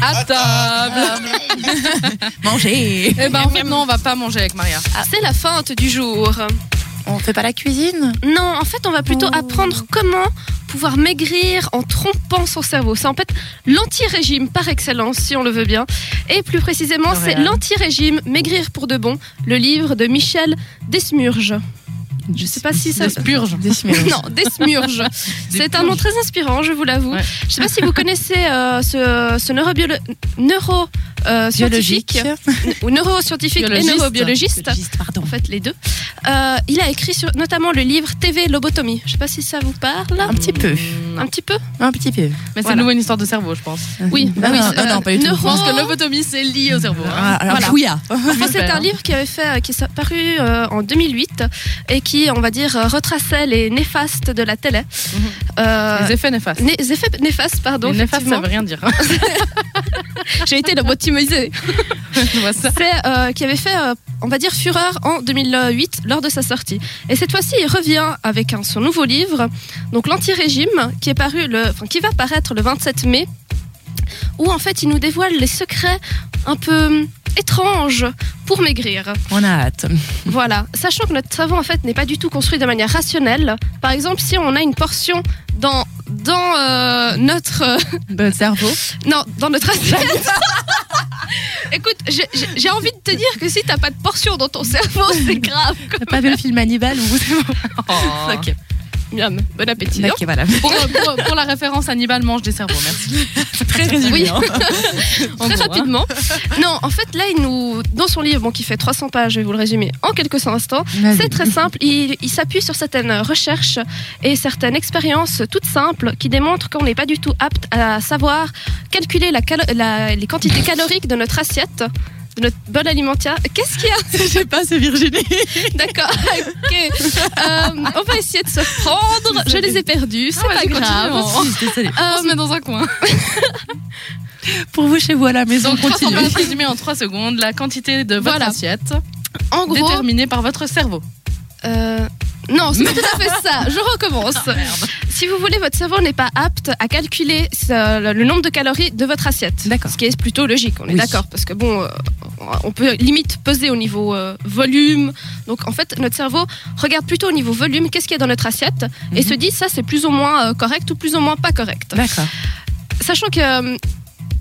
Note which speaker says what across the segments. Speaker 1: à table.
Speaker 2: Manger
Speaker 1: Eh ben en fait non, on va pas manger avec Maria. C'est la feinte du jour.
Speaker 2: On fait pas la cuisine
Speaker 1: Non, en fait, on va Ah, plutôt
Speaker 2: Oh.
Speaker 1: apprendre comment pouvoir maigrir en trompant son cerveau. C'est en fait l'anti-régime par excellence, si on le veut bien. Et plus précisément, c'est
Speaker 2: L'Oréal.
Speaker 1: l'anti-régime Maigrir pour de bon, le livre de Michel Desmurge.
Speaker 2: Je
Speaker 1: sais pas si ça-
Speaker 2: purge.
Speaker 1: Non, Desmurge. C'est un nom très inspirant, je vous l'avoue.
Speaker 2: Ouais.
Speaker 1: Je sais pas si vous connaissez euh, ce, ce neurobiolo- neuro, euh,
Speaker 2: biologique.
Speaker 1: scientifique, ou neuroscientifique et neurobiologiste.
Speaker 2: pardon.
Speaker 1: En fait, les deux. Euh, il a écrit sur, notamment le livre TV Lobotomie. Je sais pas si ça vous parle.
Speaker 2: Un petit peu.
Speaker 3: Mm.
Speaker 1: Un petit peu
Speaker 2: Un petit peu.
Speaker 3: Mais c'est
Speaker 1: Voilà.
Speaker 3: de nouveau une histoire de cerveau, je pense.
Speaker 1: Oui,
Speaker 2: Ah
Speaker 1: oui,
Speaker 2: non,
Speaker 1: euh,
Speaker 2: ah non, pas du tout.
Speaker 1: neuro-
Speaker 3: Je pense que l'obotomie, c'est lié au cerveau. hein.
Speaker 2: Ah, alors,
Speaker 1: Voilà.
Speaker 2: chouïa.
Speaker 1: Enfin, c'est
Speaker 3: Super.
Speaker 1: un livre qui avait fait, qui est paru euh, en 2008 et qui, on va dire, euh, retraçait les néfastes de la télé.
Speaker 3: Mhm.
Speaker 1: Euh,
Speaker 3: Les effets néfastes.
Speaker 1: né- les effets néfastes, pardon.
Speaker 3: les néfastes, ça
Speaker 1: effectivement.
Speaker 3: veut rien dire.
Speaker 1: J'ai été lobotomisée.
Speaker 3: Je vois ça.
Speaker 1: C'est euh, qui avait fait, euh, on va dire, fureur en 2008 lors de sa sortie. Et cette fois-ci, il revient avec un- son nouveau livre, donc l'anti-régime, qui est paru, le, enfin, qui va paraître le 27 mai, où en fait, il nous dévoile les secrets un peu hum, étranges pour maigrir.
Speaker 2: On a hâte.
Speaker 1: Voilà, sachant que notre cerveau en fait n'est pas du tout construit de manière rationnelle. Par exemple, si on a une portion dans dans euh, notre euh,
Speaker 2: Le cerveau.
Speaker 1: non dans notre assiette. Écoute, j'ai- j'ai j'ai envie de te dire que si t'as pas de portion dans ton cerveau, c'est grave.
Speaker 2: T'as pas vu le film Hannibal ou
Speaker 1: Ok. Miam, bon appétit. hein.
Speaker 2: Ok, voilà.
Speaker 3: Pour, pour- pour la référence, Hannibal mange des cerveaux, merci.
Speaker 2: Très
Speaker 1: Oui.
Speaker 2: hein.
Speaker 3: En
Speaker 1: Très
Speaker 3: gros, hein.
Speaker 1: rapidement. Non, en fait, là, il nous, dans son livre, bon, qui fait 300 pages, je vais vous le résumer en quelques instants,
Speaker 2: Vas-y.
Speaker 1: C'est très simple, il, il s'appuie sur certaines recherches et certaines expériences toutes simples qui démontrent qu'on n'est pas du tout apte à savoir calculer la calo- la- les quantités caloriques de notre assiette, de notre bol alimentaire. Qu'est-ce qu'il y a
Speaker 2: Je sais pas, c'est Virginie.
Speaker 1: D'accord, ok. Euh, on va essayer de se
Speaker 3: hein.
Speaker 1: reprendre. Je les ai perdus, c'est
Speaker 3: Ah,
Speaker 1: pas
Speaker 3: vas-y,
Speaker 1: grave.
Speaker 3: continue,
Speaker 2: Désolée.
Speaker 3: On se met Euh, dans un coin.
Speaker 2: Pour vous chez vous à la maison,
Speaker 3: Donc, 300
Speaker 2: continue.
Speaker 3: pages résumées en 3 secondes, la quantité de votre
Speaker 1: Voilà.
Speaker 3: assiette,
Speaker 1: Euh, en gros,
Speaker 3: déterminée par votre cerveau.
Speaker 1: euh, non, c'est pas tout à fait ça. Je recommence.
Speaker 2: Ah,
Speaker 1: Si vous voulez, votre cerveau n'est pas apte à calculer ce- le nombre de calories de votre assiette.
Speaker 2: D'accord.
Speaker 1: Ce qui est plutôt logique, on est
Speaker 2: Oui.
Speaker 1: d'accord. Parce que bon, euh, on peut limite peser au niveau euh, volume. Donc en fait, notre cerveau regarde plutôt au niveau volume qu'est-ce qu'il y a dans notre assiette et
Speaker 2: Mhm.
Speaker 1: se dit ça c'est plus ou moins euh, correct ou plus ou moins pas correct.
Speaker 2: D'accord.
Speaker 1: Sachant que, euh,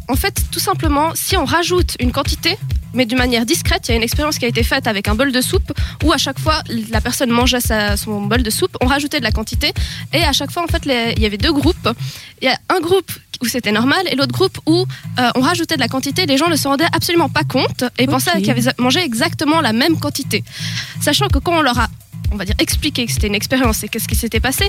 Speaker 1: en fait, tout simplement, si on rajoute une quantité, mais d'une manière discrète, il y a une expérience qui a été faite avec un bol de soupe où à chaque fois la personne mangeait sa- son bol de soupe, on rajoutait de la quantité et à chaque fois, en fait, les- il y avait deux groupes. Il y a un groupe où c'était normal et l'autre groupe où euh, on rajoutait de la quantité et les gens ne se rendaient absolument pas compte et pensaient qu'ils avaient mangé exactement la même quantité. Sachant que quand on leur a on va dire expliqué que c'était une expérience et qu'est-ce qui s'était passé.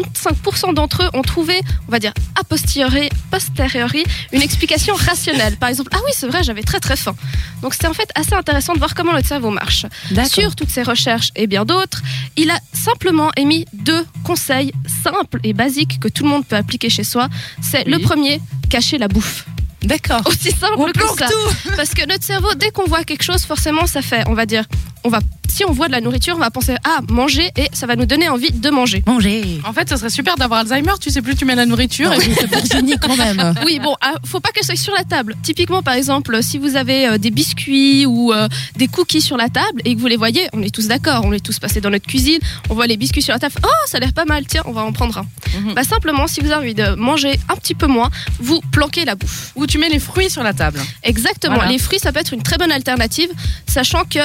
Speaker 1: 75% d'entre eux ont trouvé on va dire a posteriori, posteriori une explication rationnelle. Par exemple, ah oui, c'est vrai, j'avais très très faim. Donc c'était en fait assez intéressant de voir comment notre cerveau marche. Sur toutes ces recherches et bien d'autres, il a simplement émis deux conseils simples et basiques que tout le monde peut appliquer chez soi. C'est le
Speaker 3: Oui.
Speaker 1: premier, cacher la bouffe.
Speaker 2: D'accord.
Speaker 1: Aussi simple
Speaker 2: Oh. On
Speaker 1: que
Speaker 2: planque
Speaker 1: ça.
Speaker 2: tout.
Speaker 1: Parce que notre cerveau, dès qu'on voit quelque chose, forcément, ça fait, on va dire, on va, si on voit de la nourriture, on va penser à manger et ça va nous donner envie de manger.
Speaker 2: Manger.
Speaker 3: En fait, ce serait super d'avoir Alzheimer, tu sais plus, tu mets la nourriture et
Speaker 2: c'est Virginie quand même.
Speaker 1: Oui, bon, ah, faut pas qu'elle soit sur la table. Typiquement, par exemple, si vous avez euh, des biscuits ou euh, des cookies sur la table et que vous les voyez, on est tous d'accord, on est tous passés dans notre cuisine, on voit les biscuits sur la table, oh, ça a l'air pas mal, tiens, on va en prendre un.
Speaker 3: Mhm.
Speaker 1: Bah, simplement, si vous avez envie de manger un petit peu moins, vous planquez la bouffe.
Speaker 3: Ou tu mets les fruits sur la table.
Speaker 1: Exactement,
Speaker 3: Voilà.
Speaker 1: les fruits, ça peut être une très bonne alternative, sachant que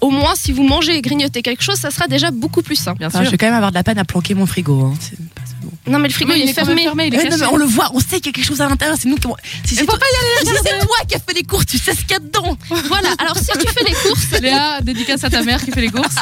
Speaker 1: au moins, si vous mangez et grignotez quelque chose, ça sera déjà beaucoup plus sain.
Speaker 3: Bien
Speaker 2: Enfin, je
Speaker 3: sûr.
Speaker 2: vais quand même avoir de la peine à planquer mon frigo. hein. C'est pas c'est bon.
Speaker 1: Non, mais le frigo,
Speaker 3: Oui,
Speaker 1: il est
Speaker 3: quand
Speaker 1: fermé.
Speaker 3: même fermé, il est
Speaker 2: Eh non, mais
Speaker 3: caché.
Speaker 2: on le voit, on sait qu'il y a quelque chose à l'intérieur. C'est nous qui. Si c'est
Speaker 3: faut
Speaker 2: toi... si c'est toi qui as fait les courses, tu sais ce qu'il y a dedans.
Speaker 1: voilà, alors si tu fais les courses,
Speaker 3: Léa, dédicace à ta mère qui fait les courses.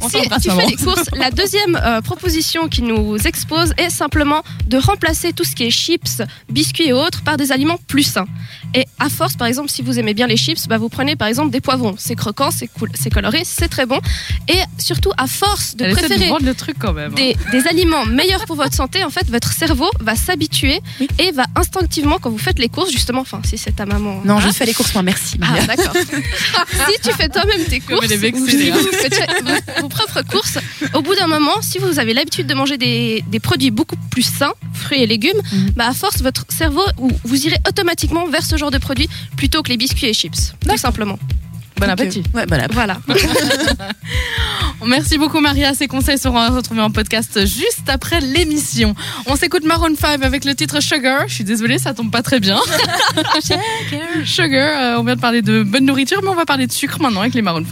Speaker 3: On
Speaker 1: Si
Speaker 3: s'en passe,
Speaker 1: tu
Speaker 3: maman.
Speaker 1: fais les courses, la deuxième euh, proposition qui nous expose est simplement de remplacer tout ce qui est chips, biscuits et autres par des aliments plus sains. Et à force, par exemple, si vous aimez bien les chips, bah, vous prenez par exemple des poivrons. C'est croquant, c'est cool, c'est coloré, c'est très bon. Et surtout, à force de
Speaker 3: Elle essaie de
Speaker 1: préférer
Speaker 3: vendre le truc quand même. hein.
Speaker 1: des, des aliments meilleurs pour votre santé, en fait, votre cerveau va s'habituer
Speaker 2: Oui.
Speaker 1: et va instinctivement, quand vous faites les courses, justement, enfin, si c'est ta maman.
Speaker 2: Non, je fais les courses, moi, merci.
Speaker 1: Ah,
Speaker 2: Maria.
Speaker 1: d'accord. si tu fais toi-même tes
Speaker 3: Comme
Speaker 1: courses,
Speaker 3: elle est vexée,
Speaker 1: ou si
Speaker 3: là.
Speaker 1: vous faites vos, vos propres courses, au bout d'un moment, si vous avez l'habitude de manger des, des produits beaucoup plus sains, fruits et légumes,
Speaker 2: Mhm.
Speaker 1: bah à force, votre cerveau, ou- vous irez automatiquement vers ce genre de produits plutôt que les biscuits et chips, tout simplement.
Speaker 3: Bon
Speaker 2: Donc, euh,
Speaker 3: appétit.
Speaker 2: Ouais, voilà.
Speaker 1: Voilà.
Speaker 3: euh, Merci beaucoup Maria, ces conseils seront retrouvés en podcast juste après l'émission. On s'écoute Maroon 5 avec le titre Sugar. Je suis désolée, ça tombe pas très bien. Sugar, euh, on vient de parler de bonne nourriture, mais on va parler de sucre maintenant avec les Maroon 5.